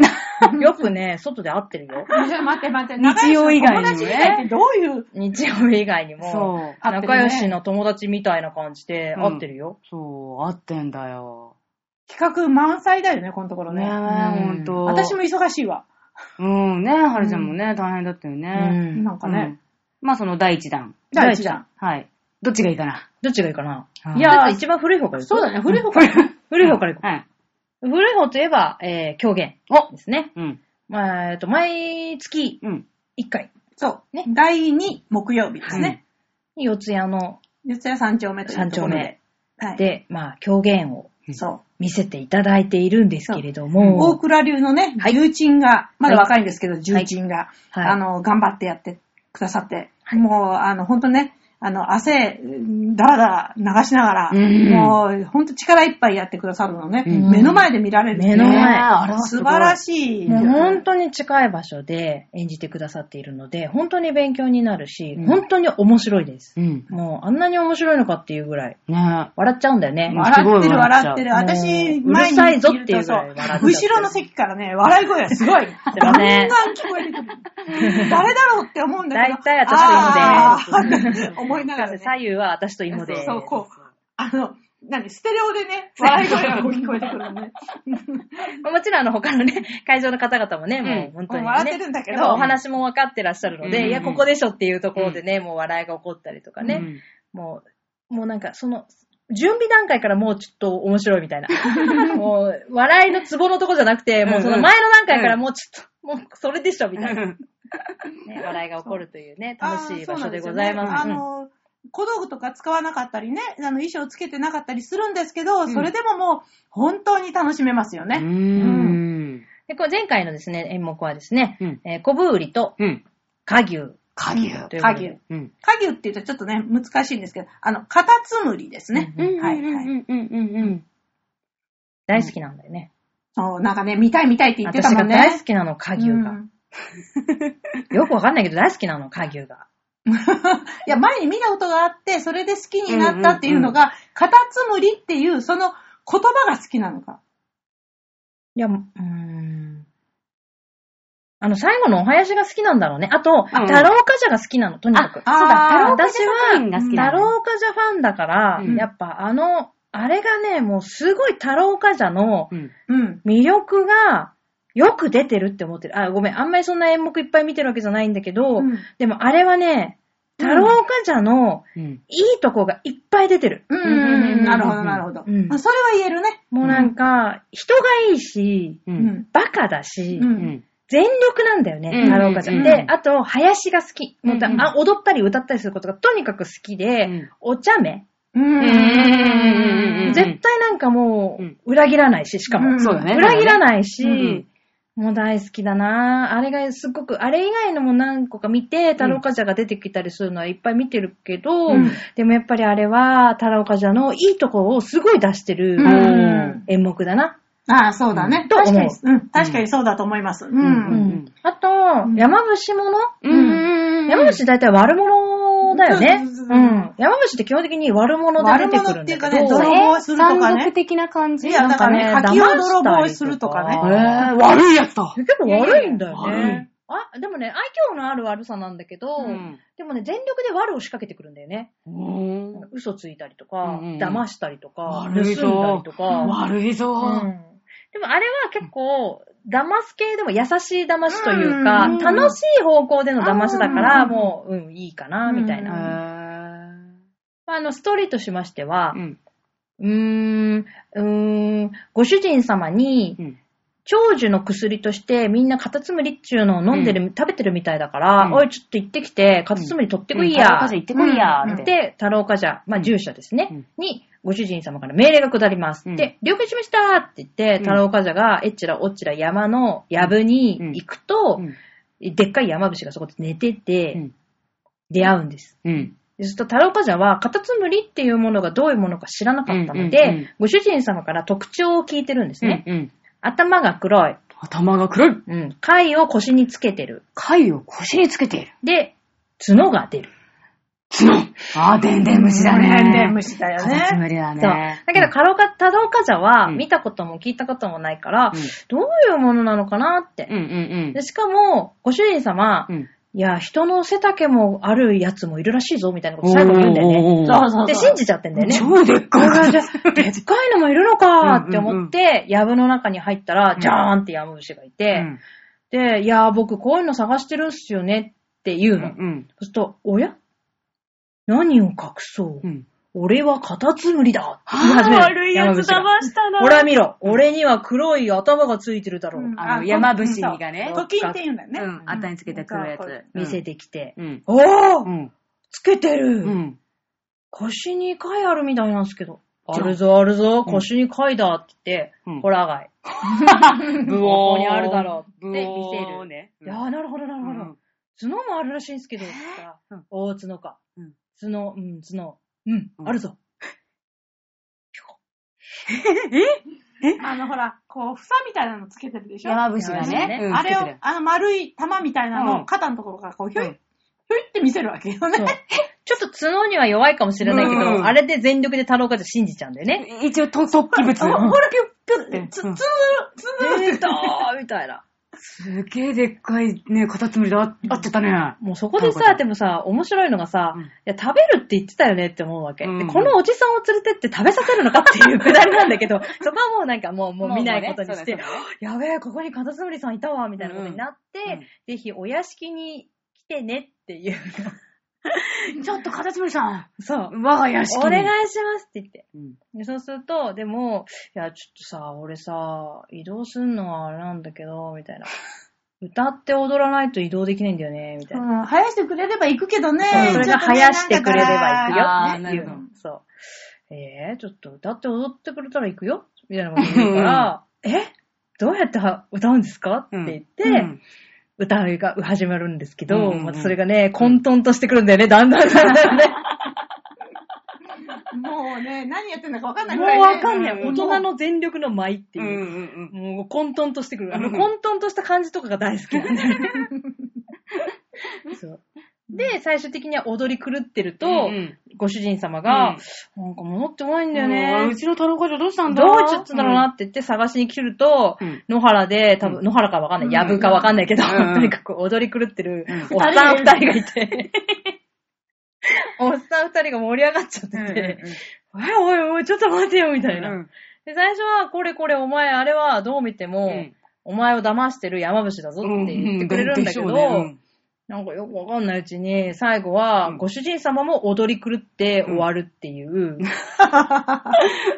Speaker 2: よくね、外で会ってるよ。
Speaker 3: ちょっと待って待って、
Speaker 1: 日曜以外にね
Speaker 3: 仲良しの友達以外ってどういう、
Speaker 2: 日曜日以外にも、
Speaker 1: そう。
Speaker 3: 会ってるね
Speaker 2: 仲良しの友達みたいな感じで
Speaker 1: うん
Speaker 2: 会ってるよ。
Speaker 1: そう、合ってんだよ。
Speaker 3: 企画満載だよね、このところ
Speaker 1: ねえ、
Speaker 3: ね。
Speaker 1: ほんと。
Speaker 3: 私も忙しいわ。
Speaker 1: うん、ねはるちゃんもね、大変だったよね。
Speaker 2: うん
Speaker 3: なんかね。
Speaker 1: うん。まあ、その第一弾。
Speaker 3: 第1弾。
Speaker 1: はい。どっちがいいかな。
Speaker 2: どっちがいいかないい
Speaker 1: やー
Speaker 2: や、一番古い方からいこ
Speaker 3: そ
Speaker 2: う
Speaker 3: うだね、古い方
Speaker 1: これ。
Speaker 2: [LAUGHS] 古い方からいこ
Speaker 1: はい。
Speaker 2: う。古い方といえば、えー、狂言
Speaker 1: お
Speaker 2: ですね。
Speaker 1: うん。
Speaker 2: まあ、えっと、毎月
Speaker 1: うん。
Speaker 2: 1回、
Speaker 3: そう。ね。第2木曜日ですね。
Speaker 2: 四ツ谷の
Speaker 3: 四谷三丁目という
Speaker 2: 三
Speaker 3: とこ
Speaker 2: 丁
Speaker 3: ろ
Speaker 2: 目
Speaker 3: で。はい。
Speaker 2: で、まあ、狂言を
Speaker 3: そう。
Speaker 2: 見せていただいているんですけれど
Speaker 3: 大
Speaker 2: も、
Speaker 3: 倉流のね、重鎮が、まだ若いんですけど、重鎮が、
Speaker 2: はい
Speaker 3: あの、頑張ってやってくださって、もう、あの、本当ね、あの、汗、だらだら流しながら、
Speaker 1: うん
Speaker 3: もう、本当力いっぱいやってくださるのね、
Speaker 1: うん
Speaker 3: 目の前で見られるっていうね、
Speaker 2: 目の前
Speaker 1: あれは
Speaker 3: 素晴ら
Speaker 1: い。
Speaker 3: しい。
Speaker 2: もう本当に近い場所で演じてくださっているので、本当に勉強になるし、
Speaker 1: うん
Speaker 2: 本当に面白いです。
Speaker 1: うん。
Speaker 2: もう、あんなに面白いのかっていうぐらい、
Speaker 1: ね
Speaker 2: 笑っちゃうんだよね。
Speaker 1: ま
Speaker 3: 笑って
Speaker 1: す
Speaker 3: る笑
Speaker 1: ごい笑っ
Speaker 3: って
Speaker 1: ち
Speaker 3: る。私、
Speaker 2: もう
Speaker 3: 前に
Speaker 2: うるさいぞって
Speaker 3: る
Speaker 2: い
Speaker 3: と
Speaker 2: うぐ
Speaker 3: そ
Speaker 2: らいう笑っちゃってる
Speaker 3: 後ろの席からね、笑い声がす
Speaker 2: [LAUGHS]
Speaker 3: ごい。
Speaker 2: だよね
Speaker 3: ガンガン聞こえてくる。誰だろうって思うんだけど。
Speaker 2: [LAUGHS] 大体私と
Speaker 3: とで。 [LAUGHS] 思いながらね。
Speaker 2: 左右は私と妹で。
Speaker 3: そう、こう。あの、何ステレオでね、笑い声がこう聞こえてくるのね。
Speaker 2: もちろん、あの、他のね、会場の方々もね、もう本当に、ね。
Speaker 3: 笑ってるんだけど
Speaker 2: やっぱお話も分かってらっしゃるので、
Speaker 1: うんうん
Speaker 2: いや、ここでしょっていうところでね、もう笑いが起こったりとかね。もう、もうなんか、その、準備段階からもうちょっと面白いみたいな。もう、笑いのツボのとこじゃなくて、もうその前の段階からもうちょっと、もうそれでしょみたいな、ね。笑いが起こるというね、 [LAUGHS] 楽しい場所でございます。
Speaker 3: あの、小道具とか使わなかったりね、あの、衣装つけてなかったりするんですけど、それでももう、本当に楽しめますよ
Speaker 1: う
Speaker 3: ね。
Speaker 1: ん。
Speaker 2: でこれ前回のですね、演目はですね、
Speaker 1: うん
Speaker 2: えーコブウリと
Speaker 1: うん。
Speaker 2: カギュウ
Speaker 1: カギ
Speaker 2: というこ
Speaker 3: カ
Speaker 2: と
Speaker 3: ギ
Speaker 2: で
Speaker 3: ュ。
Speaker 1: うん。
Speaker 3: カギュって言うとちょっとね、難しいんですけど、あの、カタツムリですね。
Speaker 2: うん
Speaker 3: はい
Speaker 1: うん
Speaker 3: はい。
Speaker 1: うんうんうんうん。
Speaker 2: 大好きなんだよね。
Speaker 3: そう、なんかね、見たい見たいって言ってた
Speaker 2: 私
Speaker 3: も
Speaker 2: が
Speaker 3: んね。
Speaker 2: 大好きなの、カギュウが。
Speaker 3: うん
Speaker 2: よくわかんないけど大好きなの、家牛が。
Speaker 3: いや、前に見たことがあって、それで好きになったっていうのが、カタツムリっていう、その言葉が好きなのか。
Speaker 2: いや、うーん。あの、最後のお囃子が好きなんだろうね。あと、
Speaker 1: ん
Speaker 2: 太郎冠者が好きなの、とにかく。
Speaker 3: あ
Speaker 1: そうだ、
Speaker 3: ー
Speaker 1: 太郎
Speaker 2: 私は
Speaker 1: が好きな
Speaker 2: 太
Speaker 1: の
Speaker 2: 郎冠者ファンだから、
Speaker 1: うん
Speaker 2: やっぱあの、あれがね、もうすごい太郎冠者の
Speaker 1: うん。
Speaker 3: うん。
Speaker 2: 魅力がよく出てるって思ってる。あ、ごめん、あんまりそんな演目いっぱい見てるわけじゃないんだけど、
Speaker 3: うん
Speaker 2: でもあれはね、太郎冠者の
Speaker 1: うん。
Speaker 2: いいとこがいっぱい出てる。
Speaker 3: うん
Speaker 1: うんうんうんうん
Speaker 3: なるほど、なるほど。
Speaker 2: うん
Speaker 3: まあそれは言えるね。
Speaker 2: もうなんか、人がいいし、
Speaker 1: う。。
Speaker 3: うん
Speaker 2: バカだし、
Speaker 3: う。
Speaker 1: うんん。
Speaker 2: 全力なんだよね、
Speaker 1: うん
Speaker 2: 太郎冠者。
Speaker 1: うん
Speaker 2: で、あと、林が好き。もうだ
Speaker 1: うん
Speaker 2: あ踊ったり歌ったりすることがとにかく好きで、
Speaker 1: うん
Speaker 2: お茶目。
Speaker 3: うん
Speaker 1: うん
Speaker 2: 絶対なんかも
Speaker 1: うん
Speaker 2: う、裏切らないし、しかも。
Speaker 3: うん
Speaker 1: そうだね。
Speaker 2: 裏切らないし、
Speaker 1: うん
Speaker 2: もう大好きだなあれがすっごく、あれ以外のも何個か見て、太郎冠者が出てきたりするのはいっぱい見てるけど、
Speaker 3: うん
Speaker 2: でもやっぱりあれは、太郎冠者のいいとこをすごい出して
Speaker 3: う
Speaker 2: る
Speaker 1: うん
Speaker 3: ん。
Speaker 2: 演目だな。
Speaker 3: ああ、そうだね。
Speaker 2: と思
Speaker 3: 確
Speaker 2: う
Speaker 3: かに、うん。確かにそうだと思います。うんん。
Speaker 1: うん
Speaker 2: あと、
Speaker 3: うん
Speaker 2: 山伏もの、
Speaker 1: うんうんうん。
Speaker 2: 山伏大体悪者だよね。
Speaker 3: そうそう
Speaker 2: う。
Speaker 3: そうん
Speaker 2: 山伏って基本的に悪者で出てくる
Speaker 3: 悪者っ
Speaker 2: んだけど。
Speaker 3: ていうかね
Speaker 2: そう
Speaker 3: 泥棒するとかね
Speaker 1: 山賊的な感じ
Speaker 3: いや
Speaker 2: なんかね、
Speaker 3: なんかね柿を
Speaker 2: 騙したりとか
Speaker 3: 泥棒するとかね
Speaker 1: えー、悪いやつだ。
Speaker 2: 結構悪いんだよ
Speaker 1: いやいやいや
Speaker 2: ね。あ、でもね、愛嬌のある悪さなんだけど、でもね、全力で悪を仕掛けてくるんだよね。
Speaker 1: うん
Speaker 2: 嘘ついたりと
Speaker 1: うん
Speaker 2: か、
Speaker 1: うんうん
Speaker 2: 騙したりとか、盗んだ
Speaker 1: 悪い
Speaker 2: り
Speaker 1: ぞ
Speaker 2: とか。
Speaker 1: 悪いぞ。
Speaker 2: うんでもあれは結構、騙す系でも優しい騙しという
Speaker 1: う
Speaker 2: か、
Speaker 1: ん
Speaker 2: 楽しい方向での騙しだから、
Speaker 3: うん
Speaker 2: もう、うん、いいかな、みたい
Speaker 1: え
Speaker 2: な。
Speaker 3: うん
Speaker 2: まあ、あの、ストーリーとしましては
Speaker 1: ーう、ん
Speaker 2: うーん、うーん、ご主人様に
Speaker 1: う、ん
Speaker 2: 長寿の薬としてみんなカタツムリっちゅうのを飲んでる、食べてるみたいだから、
Speaker 1: うん
Speaker 2: おい、ちょっと行ってきて、カタツムリ取ってこい
Speaker 1: うん
Speaker 2: や。
Speaker 1: 太郎冠者行ってこいや
Speaker 2: うん
Speaker 1: って
Speaker 2: で、太郎冠者、まあ、従者ですね、
Speaker 1: うん
Speaker 2: に、ご主人様から命令が下ります。
Speaker 1: うん
Speaker 2: で、了解しましたって言って、太郎冠者が、えっちらおっちら山の藪に行くと、
Speaker 1: うん
Speaker 2: でっかい山伏がそこで寝てて、
Speaker 1: うん
Speaker 2: 出会うんです。
Speaker 1: うん。
Speaker 2: でそうすると、太郎冠者は、カタツムリっていうものがどういうものか知らなかったので、
Speaker 1: うんうんうん
Speaker 2: ご主人様から特徴を聞いてるんですね。
Speaker 1: うん。
Speaker 2: 頭が黒い。
Speaker 1: 頭が黒い。
Speaker 2: うん。貝を腰につけてる。
Speaker 1: 貝を腰につけている。
Speaker 2: で、角が出る。
Speaker 1: 角。あー、でんでん虫だね。
Speaker 3: でんでん虫だよ
Speaker 1: カタツ
Speaker 3: ね。
Speaker 1: ムリだ
Speaker 2: そう
Speaker 1: ね。
Speaker 2: だけど、カロカ、タドカジャは、
Speaker 1: うん
Speaker 2: 見たことも聞いたこともないから、
Speaker 1: うん
Speaker 2: どういうものなのかなって。
Speaker 1: うんうん
Speaker 2: でしかも、ご主人様、
Speaker 1: うん。うん。
Speaker 2: いや、人の背丈もあるやつもいるらしいぞ、みたいなこと最後に言うんだよね。
Speaker 1: おー
Speaker 3: そうそう
Speaker 2: で、
Speaker 3: そう
Speaker 2: 信。じちゃってんだよね。
Speaker 1: 超でっかい
Speaker 2: じゃあでっかいのもいるのかって思って、藪の中に入ったら、
Speaker 1: ん
Speaker 2: ジャーンってヤムシがいて、で、いやー、僕こういうの探してるっすよねって言う
Speaker 1: う
Speaker 2: の。
Speaker 1: ん。
Speaker 2: そうすると、おや何を隠そ
Speaker 1: う
Speaker 2: う、
Speaker 1: ん。
Speaker 2: 俺はカタツムリだって言い始める。山口が
Speaker 1: した
Speaker 2: ほら見ろ俺には黒い頭がついてるだろう。
Speaker 3: うん
Speaker 1: あの、山伏がね。
Speaker 3: トキンって言うんだよね。
Speaker 1: うん。あたにつけて黒いやつ。
Speaker 2: 見せてきて。
Speaker 1: うん。
Speaker 2: おー、
Speaker 1: うん。
Speaker 2: つけてる、
Speaker 1: うん。
Speaker 2: 腰に貝あるみたいなんですけど。あるぞあるぞ、
Speaker 1: うん
Speaker 2: 腰に貝だって言って、
Speaker 1: うん
Speaker 2: ホラ貝。
Speaker 1: ブ
Speaker 2: こ
Speaker 1: オー
Speaker 2: こにあるだろ
Speaker 1: ブ
Speaker 2: う
Speaker 1: オ
Speaker 2: って見せる。
Speaker 1: ーね。
Speaker 2: いやー、なるほど、なるほど。角もあるらしいんですけど、さ
Speaker 1: うん
Speaker 2: 大角か
Speaker 1: うん。
Speaker 2: 角、うん、角。うん
Speaker 1: う、ん
Speaker 2: あるぞ。
Speaker 3: あの、ほら、こう、房みたいなのつけてるでしょ。
Speaker 1: 山伏がね。
Speaker 2: う
Speaker 1: うん
Speaker 3: あれ
Speaker 1: つけて
Speaker 3: を
Speaker 1: る、
Speaker 3: あの丸い玉みたいな
Speaker 1: う
Speaker 3: の
Speaker 1: ん
Speaker 3: を肩のところからこう、ひょい、
Speaker 1: うん
Speaker 3: ひょいって見せるわけよ
Speaker 2: そう
Speaker 3: ね。
Speaker 2: [LAUGHS] ちょっと角には弱いかもしれないけ
Speaker 1: うん
Speaker 2: ど、あれで全力で太郎かじゃ信じちゃうんだよね。
Speaker 1: 一応と突起物。
Speaker 3: あほら、ぴゅっ、ぴゅっ、つ、
Speaker 1: う
Speaker 3: つむ
Speaker 1: ん
Speaker 3: る、つむる
Speaker 2: 出
Speaker 3: ったて。
Speaker 2: ーみたいな。
Speaker 1: すげえでっかいね、カタツムリだ。合ってたね。
Speaker 2: もうそこで
Speaker 1: なるほ
Speaker 2: さ、
Speaker 1: ど
Speaker 2: でもさ、面白いのがさ、
Speaker 1: うん
Speaker 2: いや、食べるって言ってたよねって思うわけ、
Speaker 1: うん
Speaker 2: で。このおじさんを連れてって食べさせるのかっていうくだりなんだけど、
Speaker 1: [LAUGHS]
Speaker 2: そこはもうなんかもう、もう見ないことにして、
Speaker 1: もうね
Speaker 2: やべえ、ここにカタツムリさんいたわ、みたいなことになって、
Speaker 1: うんうん
Speaker 2: ぜひお屋敷に来てねっていう。
Speaker 1: ちょっとカタツムリさ
Speaker 2: [LAUGHS] そう。
Speaker 1: ん、我が屋敷に。
Speaker 2: お願いしますって言って。
Speaker 1: うん
Speaker 2: でそうすると、でも、いや、ちょっとさ、俺さ、移動すんのはあれなんだけど、みたいな。歌って踊らないと移動できないんだよね、みたいな。
Speaker 3: うん、生やしてくれれば行くけどね。
Speaker 2: そうそれが
Speaker 3: ちょっと
Speaker 2: 生
Speaker 3: ね
Speaker 2: やしてくれれば行くよ
Speaker 1: あー
Speaker 2: って
Speaker 1: ないる
Speaker 2: う
Speaker 1: ほど
Speaker 2: の。そう。えー、ちょっと歌って踊ってくれたら行くよみたいなこと言うから、えどうやっては歌うんですかって言って、
Speaker 1: うん
Speaker 2: 歌いが始まるんですけど、
Speaker 1: うんうんうん
Speaker 2: またそれがね、混沌としてくるんだよね、だんだんだんだんね。
Speaker 3: もうね、何やってんだかわかんない
Speaker 2: も
Speaker 3: ぐ
Speaker 2: う
Speaker 3: らい、ね。
Speaker 2: わかんない。
Speaker 3: う
Speaker 2: 大人の全力の舞って
Speaker 4: うんう
Speaker 2: いう。
Speaker 4: ん
Speaker 2: もう混沌としてくる。あの、
Speaker 4: うん
Speaker 2: 混沌とした感じとかが大好きなんだよねそうで、最終的には踊り狂ってると、
Speaker 4: うん
Speaker 2: ご主人様が、なんか戻ってないんだよ
Speaker 4: うん
Speaker 2: ね
Speaker 4: う。ちの太郎課長どうしたんだ
Speaker 2: どうちょっとだろうなって言って探しに来ると、
Speaker 4: うん
Speaker 2: 野原で、多分、野原かわかんない、やぶかわかんないけど、
Speaker 4: うん
Speaker 2: とにかく踊り狂ってる
Speaker 4: う
Speaker 2: おっさん二
Speaker 3: 二人
Speaker 2: 人がいて、おっさん二人が盛り上がっちゃって
Speaker 4: うん
Speaker 2: て、おいおいおい、ちょっと待てよ、みたいな。
Speaker 4: うん
Speaker 2: で、最初は、これこれ、お前、あれはどう見ても、
Speaker 4: うん
Speaker 2: お前を騙してる山伏だぞって言ってくれるんだけど、
Speaker 4: ううでしょうね
Speaker 2: なんかよくわかんないうちに、最後は
Speaker 4: う、ん
Speaker 2: ご主人様も踊り狂って終わるっていう、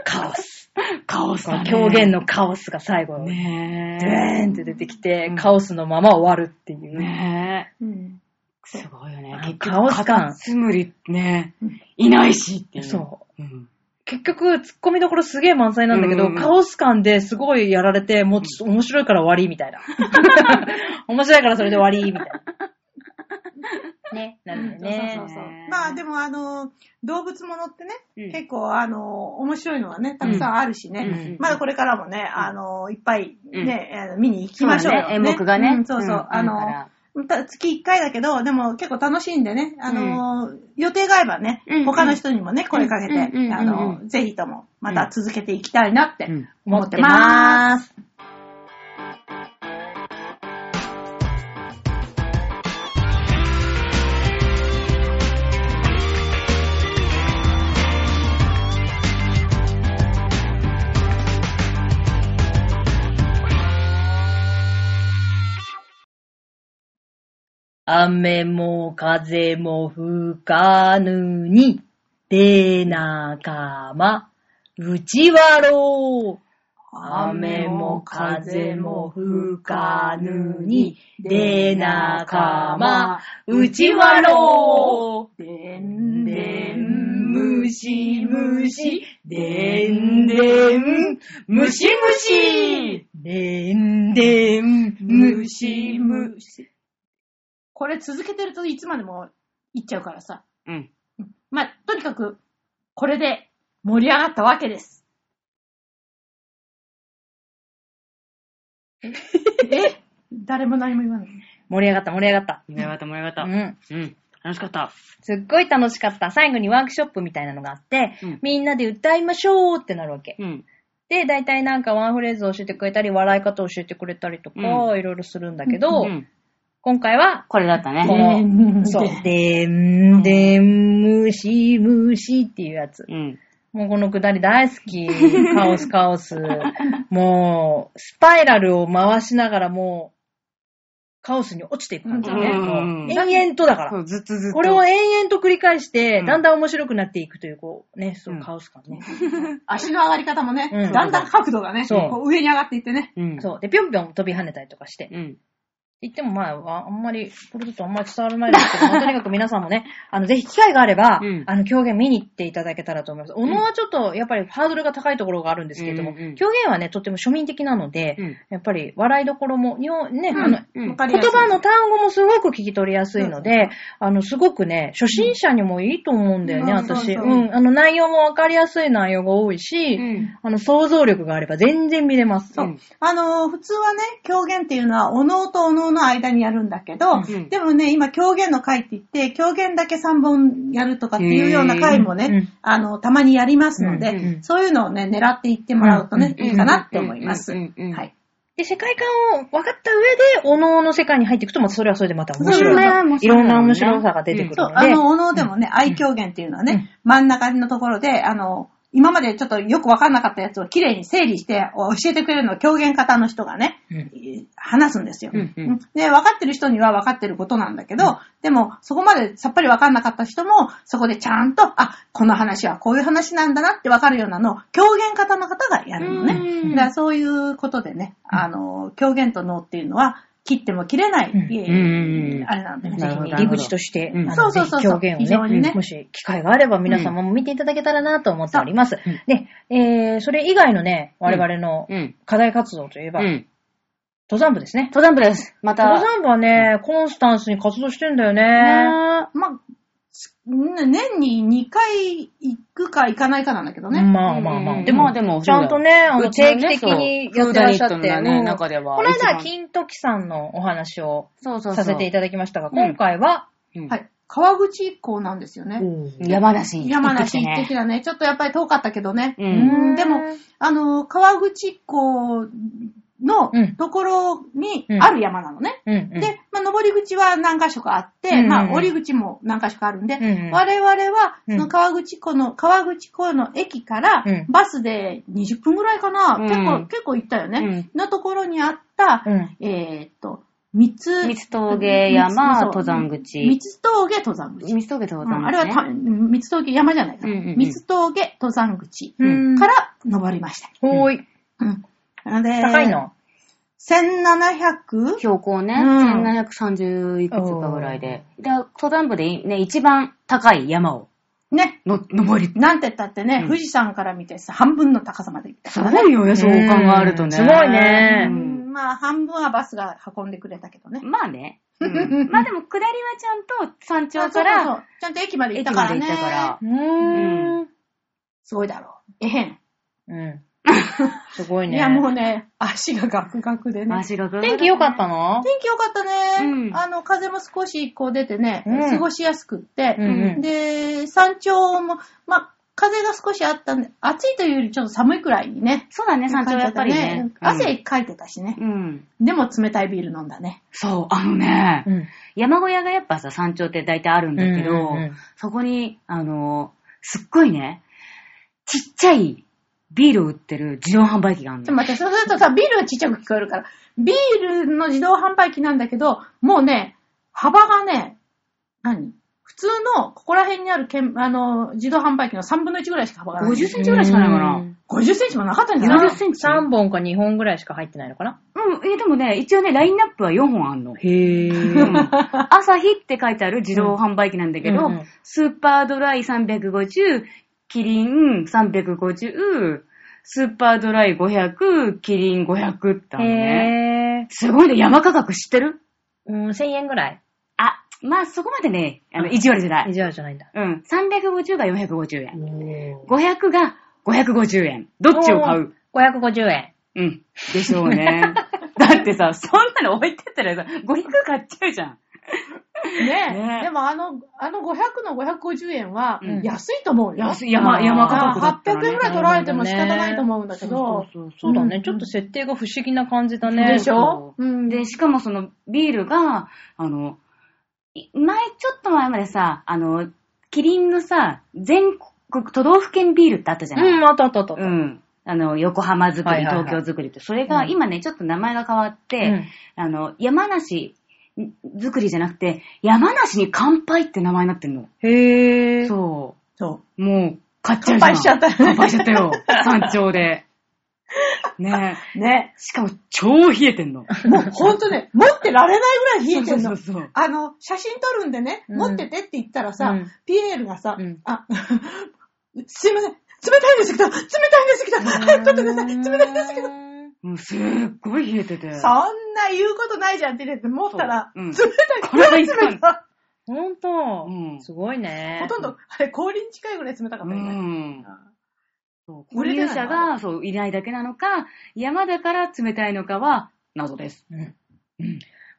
Speaker 2: カオス。
Speaker 4: うんカオスだね
Speaker 2: 狂言のカオスが最後、
Speaker 4: ね
Speaker 2: ドゥ
Speaker 4: え。
Speaker 2: ーンって出てきて、
Speaker 4: うん
Speaker 2: カオスのまま終わるっていう。
Speaker 4: ねえ。
Speaker 3: うん
Speaker 4: すごいよね
Speaker 2: あ。
Speaker 4: 結
Speaker 2: カオス
Speaker 4: 局、
Speaker 2: 感
Speaker 4: カタツムリね
Speaker 3: うん、
Speaker 4: いないしっていう。。
Speaker 2: そう
Speaker 4: うん。
Speaker 2: 結局、ツッコミどころすげえ満載なんだけど、
Speaker 4: うんうんうん
Speaker 2: カオス感ですごいやられて、もうちょっと面白いから終わり、みたいな。面白いからそれで終わり、みたいな。ね、なるんだよね。
Speaker 3: そうそうそう。まあでもあの、動物ものってね、
Speaker 4: うん
Speaker 3: 結構あの、面白いのはね、たくさんあるしね。
Speaker 4: うんうん
Speaker 3: まだこれからもね、あの、いっぱいね、あの見に行き
Speaker 4: そうだ
Speaker 3: ま
Speaker 4: ね
Speaker 3: しょうよ、
Speaker 4: 演目がね。
Speaker 3: うんそうそう。
Speaker 4: ん
Speaker 3: あ
Speaker 4: だから
Speaker 3: の、た月1回だけど、でも結構楽しいんでね、あの、予定があればね、
Speaker 4: うんうん
Speaker 3: 他の人にもね、声かけて、
Speaker 4: うんうんうんうん
Speaker 3: あの、ぜひともまた続けていきたいなって
Speaker 4: うん
Speaker 3: 思ってまーす。
Speaker 2: 雨も風も吹かぬに、で仲間、うちわろう。雨も風も吹かぬに、で仲間、うちわろう。
Speaker 3: でん
Speaker 2: で
Speaker 3: で
Speaker 2: ん、
Speaker 3: ん、
Speaker 2: む
Speaker 3: む
Speaker 2: し
Speaker 3: し
Speaker 2: む
Speaker 3: む
Speaker 2: し
Speaker 3: し、、
Speaker 2: でんでん、むしむし。でんでん、む
Speaker 3: む
Speaker 2: し
Speaker 3: し
Speaker 2: む
Speaker 3: むし。これ続けてるといつまでもいっちゃうからさ。
Speaker 4: うん。
Speaker 3: まあ、とにかく、これで盛り上がったわけです。え [LAUGHS] え誰も何も言わない。
Speaker 2: 盛り上がった、盛り上がった。
Speaker 4: 盛り上がった、盛り上がった
Speaker 2: う。ん。
Speaker 4: うん。楽しかった。
Speaker 2: すっごい楽しかった。最後にワークショップみたいなのがあって、
Speaker 4: うん
Speaker 2: みんなで歌いましょうってなるわけ。
Speaker 4: うん。
Speaker 2: で、大体なんかワンフレーズ教えてくれたり、笑い方教えてくれたりとか、
Speaker 4: う
Speaker 2: いろいろするんだけど、
Speaker 4: うん
Speaker 2: 今
Speaker 4: [LAUGHS]
Speaker 2: 回は、
Speaker 4: これだったね。
Speaker 2: この
Speaker 3: うん
Speaker 2: そう
Speaker 4: [LAUGHS]
Speaker 3: で、
Speaker 2: でん、でん、むし、むしっていうやつ。
Speaker 4: うん。
Speaker 2: もうこのくだり大好き。カオス、カオ
Speaker 4: [LAUGHS]
Speaker 2: ス。もう、スパイラルを回しながらもう、カオスに落ちていく感じだね。
Speaker 4: うん
Speaker 2: もう延々とだから
Speaker 4: そ。う、ずっとずっ [LAUGHS] と。
Speaker 2: これを延々と繰り返して、
Speaker 4: うん
Speaker 2: だんだん面白くなっていくという、こう、ね、そう
Speaker 4: うん
Speaker 2: カオス感ね。
Speaker 3: 足の上がり方もね、
Speaker 2: うん
Speaker 3: だんだん角度がね、
Speaker 2: そう
Speaker 3: こう上に上がっていってね。
Speaker 4: うん。
Speaker 2: そう。で、ぴょんぴょん飛び跳ねたりとかして。
Speaker 4: うん。
Speaker 2: 言ってもまあわ、あんまり、これだとあんまり伝わらないですけ
Speaker 4: [LAUGHS]
Speaker 2: ど、まあとにかく皆さんもね、あの、ぜひ機会があれば、
Speaker 4: うん
Speaker 2: あの、狂言見に行っていただけたらと思います。おのはちょっと、やっぱりハードルが高いところがあるんですけれども、
Speaker 4: うんうんうん
Speaker 2: 狂言はね、とっても庶民的なので、
Speaker 4: うん
Speaker 2: やっぱり笑いどころも、日本、ね、あの、
Speaker 4: うん
Speaker 3: わかり
Speaker 2: 言
Speaker 3: やすい
Speaker 2: 葉の単語もすごく聞き取りやすいので、あの、すごくね、初心者にもいいと思うんだよね、
Speaker 3: うん
Speaker 2: 私。。
Speaker 3: そううそうん
Speaker 2: あの、内容もわかりやすい内容が多いし、
Speaker 4: うん
Speaker 2: あの、想像力があれば全然見れます。
Speaker 3: そう
Speaker 4: うん
Speaker 3: あのー普通はね、狂言っていうのは、おのおとおのおの間にやるんだけど、
Speaker 4: うん
Speaker 3: でもね、今狂言の回って言って、狂言だけ3本やるとかっていうような回もね、
Speaker 2: うん
Speaker 3: あの、たまにやりますので、
Speaker 4: うんうん
Speaker 3: そういうのをね、狙っていってもらうとね、
Speaker 4: うん
Speaker 3: いいかなって思います。
Speaker 4: うんうんうん
Speaker 3: はい。
Speaker 2: で、世界観を分かった上で、おのおの世界に入っていくと、またそれはそれでまた面白い。
Speaker 3: それ
Speaker 4: は面
Speaker 2: い
Speaker 4: 白い
Speaker 2: ろんな面白さが出てくる
Speaker 3: そう、
Speaker 2: の
Speaker 3: あ
Speaker 2: で。
Speaker 3: の、おのでもね、愛狂言っていうのはね、真ん中のところで、あの、今までちょっとよくわかんなかったやつをきれいに整理して教えてくれるのは狂言方の人がね、
Speaker 2: うん
Speaker 3: 話すんですよ、
Speaker 4: うんうん
Speaker 3: で、分かってる人には分かってることなんだけど、でも、そこまでさっぱり分かんなかった人も、そこでちゃんと、あ、この話はこういう話なんだなって分かるようなのを狂言方の方がやるのね。
Speaker 4: うん
Speaker 3: だからそういうことでね、あの、狂言と能っていうのは、切っても切れない、
Speaker 2: うん
Speaker 3: いえ
Speaker 4: うん
Speaker 3: あれなんでね、
Speaker 4: な
Speaker 2: ぜ
Speaker 4: る
Speaker 2: ひ
Speaker 4: ほど
Speaker 2: ね、入り口として、
Speaker 4: うん
Speaker 2: あの
Speaker 3: そうそうそう
Speaker 2: ぜひ狂言をね
Speaker 3: 非常にね
Speaker 2: もし機会があれば皆様も見ていただけたらなと思っております。
Speaker 4: うん
Speaker 2: で、えー、それ以外のね、我々の
Speaker 4: うん。
Speaker 2: 課題活動といえば、
Speaker 4: うん。
Speaker 2: 登山部ですね。
Speaker 1: 登山部です。また。
Speaker 2: 登山部はね、コンスタンスに活動してんだよね。
Speaker 3: まあ、ん年に2回行くか行かないかなんだけどね。
Speaker 2: まあまあま
Speaker 4: う
Speaker 2: あ。
Speaker 4: ん
Speaker 2: でも、
Speaker 4: でも
Speaker 2: ちゃんとね、あの、
Speaker 4: うちの
Speaker 2: 定
Speaker 4: ね
Speaker 2: 期的にやってらっしゃって。
Speaker 4: そうフーダニットのね
Speaker 2: うん
Speaker 4: 中では
Speaker 2: この間
Speaker 4: 一
Speaker 2: は
Speaker 4: 番
Speaker 2: 金時さんのお話を
Speaker 1: そうそうそう。
Speaker 2: させていただきましたが、
Speaker 4: うん
Speaker 2: 今回は、
Speaker 4: うん
Speaker 3: はい。川口一行なんですよね。
Speaker 1: 山梨に。
Speaker 3: 山梨行って
Speaker 1: ね
Speaker 3: きたね。ちょっとやっぱり遠かったけどね。
Speaker 4: う
Speaker 3: うん
Speaker 4: ん。
Speaker 3: でも、あの、川口港の
Speaker 2: うん
Speaker 3: ところに
Speaker 2: うん
Speaker 3: ある山なのね。
Speaker 2: うんうん、
Speaker 3: で、まあ、登り口は何箇所かあって、
Speaker 2: うんうん
Speaker 3: まあ、降り口も何箇所かあるんで、
Speaker 2: うんうん
Speaker 3: 我々は、
Speaker 2: う
Speaker 3: そ
Speaker 2: ん
Speaker 3: の川口湖の、川口湖の駅から
Speaker 2: うん、
Speaker 3: バスで20分ぐらいかな、
Speaker 4: うん
Speaker 3: 結構、結構行ったよね。のところにあった、
Speaker 2: うん
Speaker 3: えーっと、三つ、
Speaker 1: 三つ峠山登山口
Speaker 3: 三つ峠登山口。
Speaker 1: 見つけてござい
Speaker 3: うんあ
Speaker 1: ま
Speaker 3: れ
Speaker 1: す
Speaker 3: は
Speaker 1: ね。
Speaker 3: た三つ峠山じゃないか
Speaker 4: うんうんう
Speaker 3: ら。
Speaker 4: ん
Speaker 3: 三つ峠登山口
Speaker 2: うん
Speaker 3: から登りました。
Speaker 2: ほーい。
Speaker 3: うん。なので
Speaker 2: 高いの。
Speaker 3: 1700
Speaker 1: 標高ね、
Speaker 3: うん
Speaker 1: 1730いくつかぐらいで。で、登山部でね、一番高い山を
Speaker 3: ね。
Speaker 4: の、登り。
Speaker 3: なんて言ったってね、
Speaker 4: うん
Speaker 3: 富士山から見てさ、半分の高さまで行った
Speaker 4: す
Speaker 3: から
Speaker 4: ご
Speaker 3: ね。
Speaker 4: いよね、そう考えると
Speaker 2: うん
Speaker 4: ね。
Speaker 2: すごいね
Speaker 3: う
Speaker 4: うん
Speaker 3: んまあ、半分はバスが運んでくれたけどね。
Speaker 1: まあね。
Speaker 4: うん
Speaker 1: まあでも、下りはちゃんと山頂か
Speaker 3: あそうそう
Speaker 1: ら、
Speaker 3: そうちゃんと駅まで行っ
Speaker 1: 駅
Speaker 3: たか
Speaker 1: ま
Speaker 3: ら
Speaker 1: で
Speaker 3: ね。
Speaker 1: 行ったから。
Speaker 2: うーん。
Speaker 3: すごいだろう。えへん。
Speaker 2: うん。すごいね。
Speaker 3: いや、もうね、 [LAUGHS] 足がガクガクでね。
Speaker 1: 足がぐ
Speaker 2: 天気良かったの
Speaker 3: 天気良かったね。
Speaker 1: うん
Speaker 3: あの、風も少しこう出てね、
Speaker 2: うん
Speaker 3: 過ごしやすくって。
Speaker 2: うんうん
Speaker 3: で、山頂も、まあ、風が少しあったんで、暑いというよりちょっと寒いくらいにね。
Speaker 1: そうだね、山頂やっぱりね。
Speaker 3: 感じだったね汗かいてたしね。
Speaker 1: うん。
Speaker 3: でも冷たいビール飲んだね。
Speaker 4: そう、あのね、
Speaker 2: うん。
Speaker 1: 山小屋がやっぱさ、山頂って大体あるんだけど、
Speaker 2: うんうんうん
Speaker 1: そこに、あの、すっごいね、ちっちゃいビールを売ってる自動販売機がある
Speaker 3: ちょ
Speaker 1: の。
Speaker 3: 待って、そうするとさ、ビールがちっちゃく聞こえるから、ビールの自動販売機なんだけど、もうね、幅がね、何普通の、ここら辺にあるけん、あの、自動販売機の3分の1ぐらいしか幅がない。
Speaker 1: 50センチぐらいしかないか
Speaker 2: う
Speaker 1: な。
Speaker 2: ん
Speaker 3: 50センチもなかったんじゃない
Speaker 1: 70センチ。
Speaker 2: 3本か2本ぐらいしか入ってないのかな
Speaker 1: うん、えでもね、一応ね、ラインナップは4本あんの。
Speaker 2: へぇ
Speaker 1: [LAUGHS] うん朝日って書いてある自動販売機なんだけど、
Speaker 2: うんうん
Speaker 1: スーパードライ350、キリン350、スーパードライ500、キリン500ってあるね。
Speaker 2: へぇ
Speaker 1: すごいね、山価格知ってる
Speaker 2: うん、1000円ぐらい。
Speaker 1: あ、まあそこまでね、あの、意地悪じゃない。
Speaker 2: 以上じゃないんだ。
Speaker 1: うん、350が450円。
Speaker 2: 500
Speaker 1: 500が550円。どっちを買う
Speaker 2: ?550 円。
Speaker 1: うん。でしょう [LAUGHS] ね。だってさ、そんなの置いてったらさ、500買っちゃうじゃん。
Speaker 3: ね
Speaker 1: ね
Speaker 3: でもあの、あの500の550円は
Speaker 1: うん
Speaker 3: 安いと思うよ。
Speaker 1: 安い山、山価格だったら、ね。
Speaker 3: 800円ぐらい取られても仕方ないと思うんだけ
Speaker 1: そう
Speaker 3: ど。
Speaker 1: そうそう
Speaker 2: そうだ
Speaker 3: う
Speaker 2: ね。
Speaker 3: ん
Speaker 2: ちょっと設定が不思議な感じだね。
Speaker 3: でし
Speaker 1: そ
Speaker 3: ょ
Speaker 1: う
Speaker 3: うん
Speaker 1: で、しかもそのビールが、あの、い前、ちょっと前までさ、あの、キリンのさ、全国都道府県ビールってあったじゃない、
Speaker 2: うん、あったあったあった。
Speaker 1: うん、あの、横浜作り、
Speaker 2: はいはいはい
Speaker 1: 東京作りって、それが
Speaker 2: うん
Speaker 1: 今ね、ちょっと名前が変わって、
Speaker 2: うん
Speaker 1: あの、山梨作りじゃなくて、山梨に乾杯って名前になってんの。
Speaker 2: へぇー。
Speaker 1: そ。
Speaker 3: そう
Speaker 1: もう、買っちゃう
Speaker 3: 乾
Speaker 1: じゃん
Speaker 3: 杯しちゃ
Speaker 1: 乾
Speaker 3: った。
Speaker 1: 杯しちゃった
Speaker 3: [LAUGHS]
Speaker 1: よ。山頂で。ねえ。
Speaker 3: ね。
Speaker 1: しかも、超冷えてんの。
Speaker 3: もうほん
Speaker 1: [LAUGHS]
Speaker 3: とね、持ってられない [LAUGHS] ぐらい冷えてん
Speaker 1: そ
Speaker 3: の
Speaker 1: う。そうそう。
Speaker 3: あの、写真撮るんでね、
Speaker 2: うん
Speaker 3: 持っててって言ったらさ、
Speaker 2: うん
Speaker 3: ピエールがさ、
Speaker 2: うん
Speaker 3: あ、 [LAUGHS] すいません、冷たいんですけど、冷たいんですけど、早く取ってください、冷たいんですけど、
Speaker 1: もうすっごい冷えてて。
Speaker 3: そんな言うことないじゃんって言って、持ったら、
Speaker 1: そううん
Speaker 3: 冷たい、
Speaker 1: 体いっぱい
Speaker 3: 冷た
Speaker 2: ほん
Speaker 1: うん
Speaker 2: と。すごいね
Speaker 3: い。。 [LAUGHS] ほとんど、あれ、氷に近いぐらい冷たかっ
Speaker 1: う
Speaker 3: たよね。
Speaker 1: ん。そう購
Speaker 3: 売れ
Speaker 1: 入
Speaker 3: てないの
Speaker 1: 者が、そう、いないだけなのか、山だから冷たいのかは、謎です。
Speaker 2: うん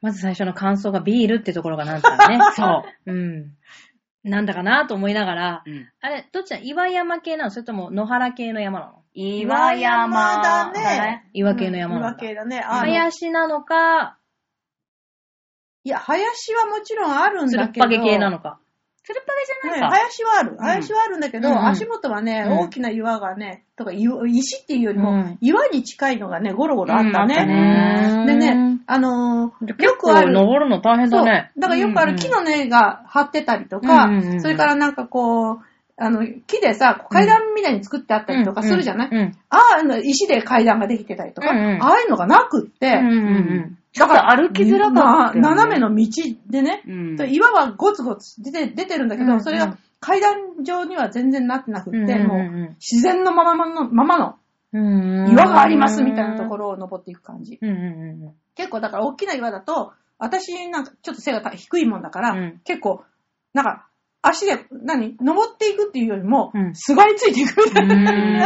Speaker 2: まず最初の感想がビールってところがなんだかね。
Speaker 1: そう。
Speaker 2: うん。なんだかなと思いながら、
Speaker 1: うん
Speaker 2: あれ、どっちだ岩山系なのそれとも野原系の山なの
Speaker 1: 岩山
Speaker 3: 岩山だね
Speaker 2: 岩系の山
Speaker 3: うん
Speaker 2: な
Speaker 3: 岩
Speaker 2: んだ。
Speaker 3: 系だね。あのい
Speaker 2: 林なのか、
Speaker 3: や、林はもちろんあるん
Speaker 2: つる
Speaker 3: だ
Speaker 2: っ
Speaker 3: けど。
Speaker 2: ぱげ系なのか。
Speaker 1: つるっぱげじ
Speaker 3: ね
Speaker 1: ゃないか。
Speaker 3: 林はある。林はあるんだけど、
Speaker 2: うんうん
Speaker 3: 足元はね、
Speaker 2: うん
Speaker 3: 大きな岩がね、とか岩石っていうより
Speaker 2: う
Speaker 3: も
Speaker 2: ん、
Speaker 3: 岩に近いのがね、ゴロゴロあったね。
Speaker 1: うんあったね
Speaker 3: でね、あのーよくあ
Speaker 2: こう
Speaker 3: る。
Speaker 2: 登るの大変
Speaker 3: そ
Speaker 2: だ
Speaker 3: う。
Speaker 2: ね
Speaker 3: だ。からよくあ
Speaker 2: う
Speaker 3: る
Speaker 2: んうん
Speaker 3: 木の根が張ってたりとか、
Speaker 2: うんうんうん
Speaker 3: それからなんかこう、あの、木でさ、こう階段みたいに作ってあったりとかするじゃない、
Speaker 2: うんうん
Speaker 3: あああの、石で階段ができてたりとか、
Speaker 2: うんうん
Speaker 3: ああいうのがなくって、
Speaker 2: うんうん
Speaker 3: だから
Speaker 1: 歩きづらかったよね
Speaker 3: な斜めの道でね、
Speaker 1: うん
Speaker 3: と岩はゴツゴツ出て出てるんだけど、
Speaker 2: うんうん
Speaker 3: それが階段状には全然なってなくって、
Speaker 2: うんうんうん
Speaker 3: もう自然のままの、ままの
Speaker 2: うん。
Speaker 3: 岩がありますみたいなとこ
Speaker 2: ろ。
Speaker 3: ろを登っていく感じ。
Speaker 2: うんうんうん
Speaker 3: 結構だから大きな岩だと、私なんかちょっと背が低いもんだから、
Speaker 2: うん
Speaker 3: 結構、なんか、足で、何、登っていくっていうよりも
Speaker 1: う、ん
Speaker 3: すがりついていくみたいな。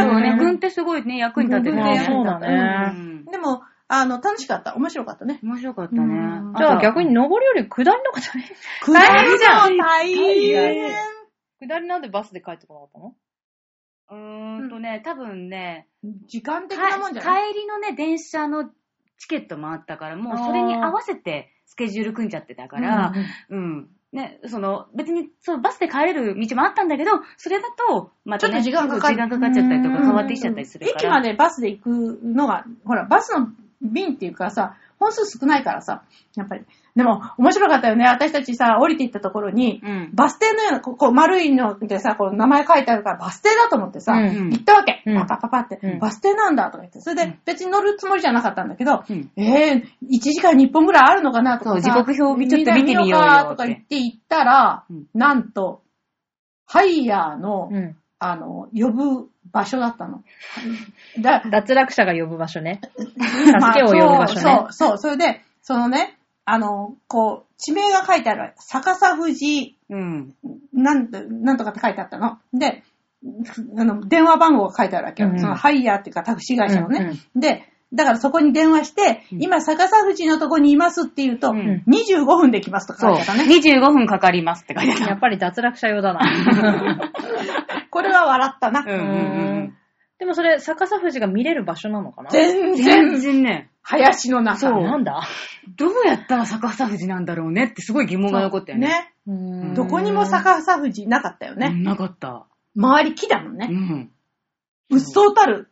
Speaker 4: そうね
Speaker 1: ね、軍ってすごいね、役に立ってた
Speaker 2: あ
Speaker 3: ね
Speaker 2: ー
Speaker 1: ね。
Speaker 2: そうだ
Speaker 4: う
Speaker 2: ね。
Speaker 4: ん
Speaker 3: でも、あの、楽しかった。面白かったね。
Speaker 1: 面白かったね
Speaker 3: うん。
Speaker 2: じゃあ逆に登りより下りの方ね。
Speaker 3: 下りじゃん大
Speaker 2: 大
Speaker 3: 変
Speaker 2: 変下りなんでバスで帰ってこなかったの
Speaker 1: うーんとね、多分ね、
Speaker 3: 時間的なもんじゃない
Speaker 1: 帰りのね、電車のチケットもあったから、もうそれに合わせてスケジュール組んじゃってたから、うん。ね、その、別に、そう、バスで帰れる道もあったんだけど、それだと、また、ね、
Speaker 3: ちょっと時間かかる
Speaker 1: 時間かかっちゃったりとか、
Speaker 2: うん
Speaker 1: 変わってきちゃったりするから。
Speaker 3: 駅までバスで行くのが、ほら、バスの便っていうかさ、本数少ないからさ、やっぱり。でも、面白かったよね。私たちさ、降りていったところに、
Speaker 1: うん。
Speaker 3: バス停のような、ここう丸いのでさ、こう名前書いてあるから、バス停だと思ってさ、
Speaker 2: うん
Speaker 3: 行ったわけ。
Speaker 2: うん
Speaker 3: パパパパって、
Speaker 2: うん
Speaker 3: バス停なんだとか言って。それ
Speaker 1: う
Speaker 3: で
Speaker 1: ん、
Speaker 3: 別に乗るつもりじゃなかったんだけど、
Speaker 1: うん
Speaker 3: えー、1時間に1本ぐらいあるのかなとかさ。
Speaker 1: そう時刻表を見ちょっと見てみようよ
Speaker 3: 見かとか言って行ったら、
Speaker 1: うん
Speaker 3: なんと、ハイヤーの、
Speaker 2: うん。
Speaker 3: あの、呼ぶ場所だったの。だ、
Speaker 2: 脱落者が呼ぶ場所ね。
Speaker 3: まあ
Speaker 2: 助けを呼ぶ場所ね
Speaker 3: そう、そう、そうそれで、そのね、あの、こう、地名が書いてある。逆さ富士、
Speaker 1: うん。
Speaker 3: なんと、なんとかって書いてあったの。で、あの、電話番号が書いてあるわけよ。
Speaker 2: うん
Speaker 3: その、ハイヤーっていうかタクシー会社のね。
Speaker 2: うん
Speaker 3: で、だからそこに電話して、
Speaker 1: うん
Speaker 3: 今逆さ富士のとこにいますって言うと、
Speaker 1: うん
Speaker 3: 25分で来ますとか
Speaker 1: そ
Speaker 3: 書
Speaker 1: う。
Speaker 3: いてあったね。
Speaker 1: 25分かかりますって書いて
Speaker 2: や
Speaker 1: た
Speaker 2: っ。ぱり脱落者用だな。
Speaker 3: これは笑ったな。
Speaker 1: うんうんうん。
Speaker 2: でもそれ、逆さ富士が見れる場所なのかな
Speaker 3: 全
Speaker 1: 全
Speaker 3: 然、
Speaker 1: 然ね、
Speaker 3: 林の中。
Speaker 1: そう
Speaker 2: なんだ
Speaker 1: どうやったら逆さ富士なんだろうねってすごい疑問が残ったよね。
Speaker 3: ね。
Speaker 1: うん
Speaker 3: どこにも逆さ富士なかったよね。
Speaker 1: なかった。
Speaker 3: 周り木だもん
Speaker 1: う
Speaker 3: ね。
Speaker 1: ん。
Speaker 3: うっそうたる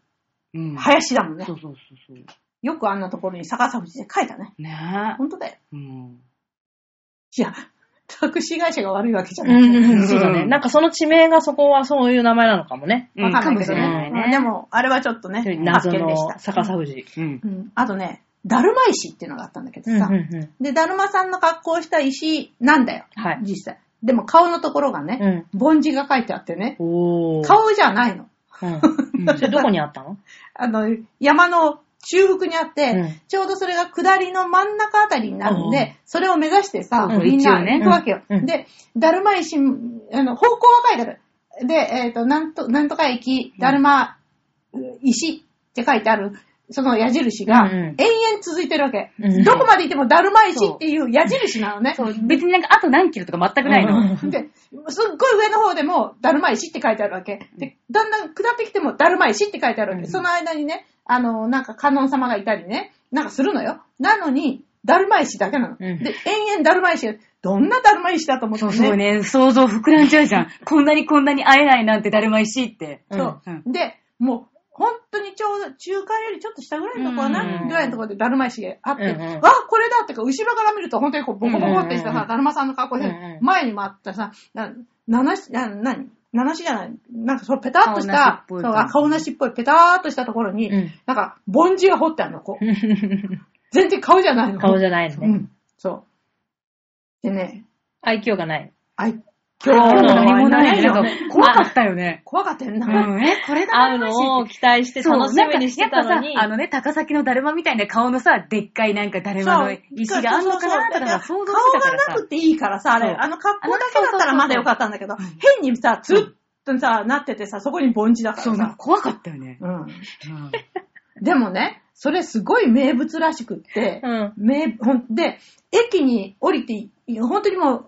Speaker 1: うん。
Speaker 3: 林だもんね
Speaker 1: そ。うそうそうそう。
Speaker 3: よくあんなところに逆さ富士で書いたね。
Speaker 1: ね
Speaker 3: ほんとだよ。
Speaker 1: え。うん。
Speaker 3: いや、タクシー会社が悪いわけじゃ
Speaker 2: う
Speaker 3: ない。
Speaker 2: んうんうん、そうだね。なんかその地名がそこはそういう名前なのかもね。
Speaker 1: うん
Speaker 3: わかんないけ
Speaker 1: か
Speaker 3: ど
Speaker 1: もしれな
Speaker 3: ね
Speaker 1: い。
Speaker 2: ね
Speaker 3: うんでも、あれはちょっとね、発
Speaker 2: 謎
Speaker 3: 見でし
Speaker 2: の
Speaker 3: た。
Speaker 2: 逆さ富士。
Speaker 1: うん。
Speaker 3: うんあとね、だるま石っていうのがあったんだけど
Speaker 2: うんうん
Speaker 3: さ、
Speaker 2: う
Speaker 3: で、だるまさんの格好をした石なんだよ。
Speaker 2: ん。はい。
Speaker 3: 実際。でも顔のところがね、
Speaker 2: うん。
Speaker 3: 凡字が書いてあってね、
Speaker 2: おー。
Speaker 3: 顔じゃないの。
Speaker 2: うん。
Speaker 1: うん
Speaker 2: それどこにあったの
Speaker 3: あの、山の中腹にあって、
Speaker 2: うん
Speaker 3: ちょうどそれが下りの真ん中あたりになるん
Speaker 2: うん
Speaker 3: で、それを目指してさ、
Speaker 1: うん
Speaker 3: みん
Speaker 1: 一応
Speaker 3: な
Speaker 1: ね
Speaker 3: 行くわけよ。
Speaker 2: うん
Speaker 3: で、だるま石、あの、方向は書いてある。で、えっ、と、なんと、なんとか駅、だるま、石って書いてある、その矢印が、
Speaker 2: うんうん
Speaker 3: 延々続いてるわけ。
Speaker 2: うん
Speaker 3: どこまで行ってもだるま石っていう矢印なのね。
Speaker 1: そう、別になんかあと何キロとか全くないの。
Speaker 2: [LAUGHS]
Speaker 3: で、すっごい上の方でも、だるま石って書いてあるわけ。で、だんだん下ってきても、だるま石って書いてあるわけ。
Speaker 2: うん
Speaker 3: その間にね、あの、なんか観音様がいたりね、なんかするのよ。なのに、だるま石だけなの。
Speaker 2: うん
Speaker 3: で、延々だるま石が、どんなだるま石だと思って
Speaker 1: そう
Speaker 3: ね。
Speaker 1: そうね、想像膨らんじゃうじゃん。こんなにこんなに会えないなんて誰も石って。
Speaker 3: そう
Speaker 1: うん
Speaker 3: で、もう、本当にちょうど中間よりちょっと下ぐらいのとこか
Speaker 1: うんうん
Speaker 3: な、
Speaker 1: うん
Speaker 3: ぐらいのところでだるま石があって、
Speaker 2: うんうん
Speaker 3: あ、これだってか、後ろから見ると本当にこう、ボコボコってした
Speaker 2: うんうん
Speaker 3: さ、
Speaker 2: うん
Speaker 3: だるまさんの格好
Speaker 2: う
Speaker 3: で
Speaker 2: んうん、
Speaker 3: 前に回ったさ、な、ななし、な、なに七しじゃないなんかそのペタッとした、
Speaker 1: 顔なしっ
Speaker 3: そ
Speaker 1: ぽいう
Speaker 3: あ顔なしっぽいペターっとしたところに、
Speaker 2: うん
Speaker 3: なんか、凡字が彫ってあるの、こう。全然顔じゃないの。
Speaker 2: 顔じゃないの
Speaker 3: う
Speaker 2: ね。
Speaker 3: ん。そう。でね、
Speaker 2: 愛嬌がない。
Speaker 3: 愛
Speaker 1: 今
Speaker 3: 嬌
Speaker 1: 日
Speaker 3: が
Speaker 1: 何も
Speaker 3: な
Speaker 1: ないい。
Speaker 3: よ
Speaker 1: なんか怖かったよね。
Speaker 3: 怖かったよね。
Speaker 1: うん、え、これだ
Speaker 2: 会うのを期待して楽しみにしてたの
Speaker 1: そうなんかやっ
Speaker 2: に
Speaker 1: ぱさ、。あのね、高崎のだるまみたいな顔のさ、でっかいなんかだるまの石があんのかなとかさ
Speaker 3: そ
Speaker 1: 想
Speaker 3: う
Speaker 1: 像
Speaker 3: そうそう
Speaker 1: してたか
Speaker 3: 顔
Speaker 1: ら
Speaker 3: が
Speaker 1: さ
Speaker 3: な。くていいからさ、あれ、
Speaker 1: そう
Speaker 3: あの格好だけだったらまだよかったんだけど、変にさ、つっとさ、なっててさ、そこに凡字だか
Speaker 1: そう、
Speaker 3: ら
Speaker 1: なんか
Speaker 3: さ。
Speaker 1: 怖かったよね。
Speaker 3: う
Speaker 1: うん
Speaker 3: ん。でもね、それすごい名物らしくって、
Speaker 2: うん
Speaker 3: 名ほんで、駅に降りてい、本当にもう、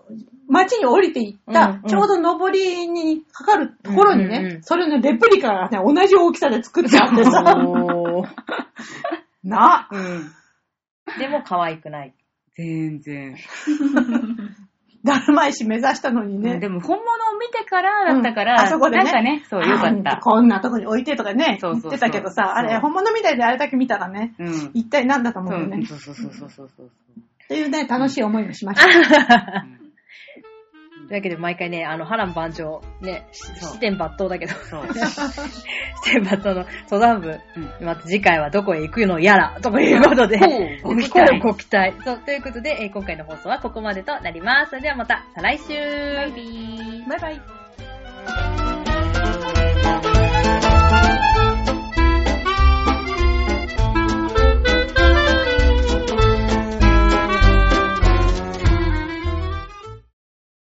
Speaker 3: 街に降りていった、
Speaker 2: うんうん
Speaker 3: ちょうど上りにかかるところにね、
Speaker 2: うんうんうん
Speaker 3: それのレプリカがね、同じ大きさで作ってあっ
Speaker 1: [LAUGHS]
Speaker 3: てさ、
Speaker 2: おー
Speaker 3: [LAUGHS] な、
Speaker 1: うん。
Speaker 2: でも可愛くない。
Speaker 1: 全然。
Speaker 3: だるま石目指したのにね、
Speaker 1: でも本物を見てからだったか
Speaker 3: うん
Speaker 1: ら、
Speaker 3: あそこでね
Speaker 1: なんかね、そう、よかっ
Speaker 3: あ
Speaker 1: た。
Speaker 3: こんなとこに置いてとかね、
Speaker 1: そうそうそう
Speaker 3: 言ってたけどさ、あれ、
Speaker 1: そう
Speaker 3: 本物みたいであれだけ見たらね、
Speaker 1: うん。
Speaker 3: 一体何だと思うよね。
Speaker 1: そうそうそうそうそうそう。
Speaker 3: っていうね、楽しい思いもし
Speaker 1: [LAUGHS]
Speaker 3: ました。
Speaker 2: というわけで毎回ね、あの、波乱万丈、ね、し
Speaker 1: そう
Speaker 2: 視点抜刀だけど、 [LAUGHS]
Speaker 1: そう。
Speaker 2: 視点抜刀の登山部、
Speaker 1: う
Speaker 2: また次回はどこへ行くのやら、ということで、
Speaker 1: こうご期待
Speaker 2: こうご期待。そう、ということで、えー今回の放送はここまでとなります。それではまた、再来週
Speaker 1: バイビー。
Speaker 3: バイバイ。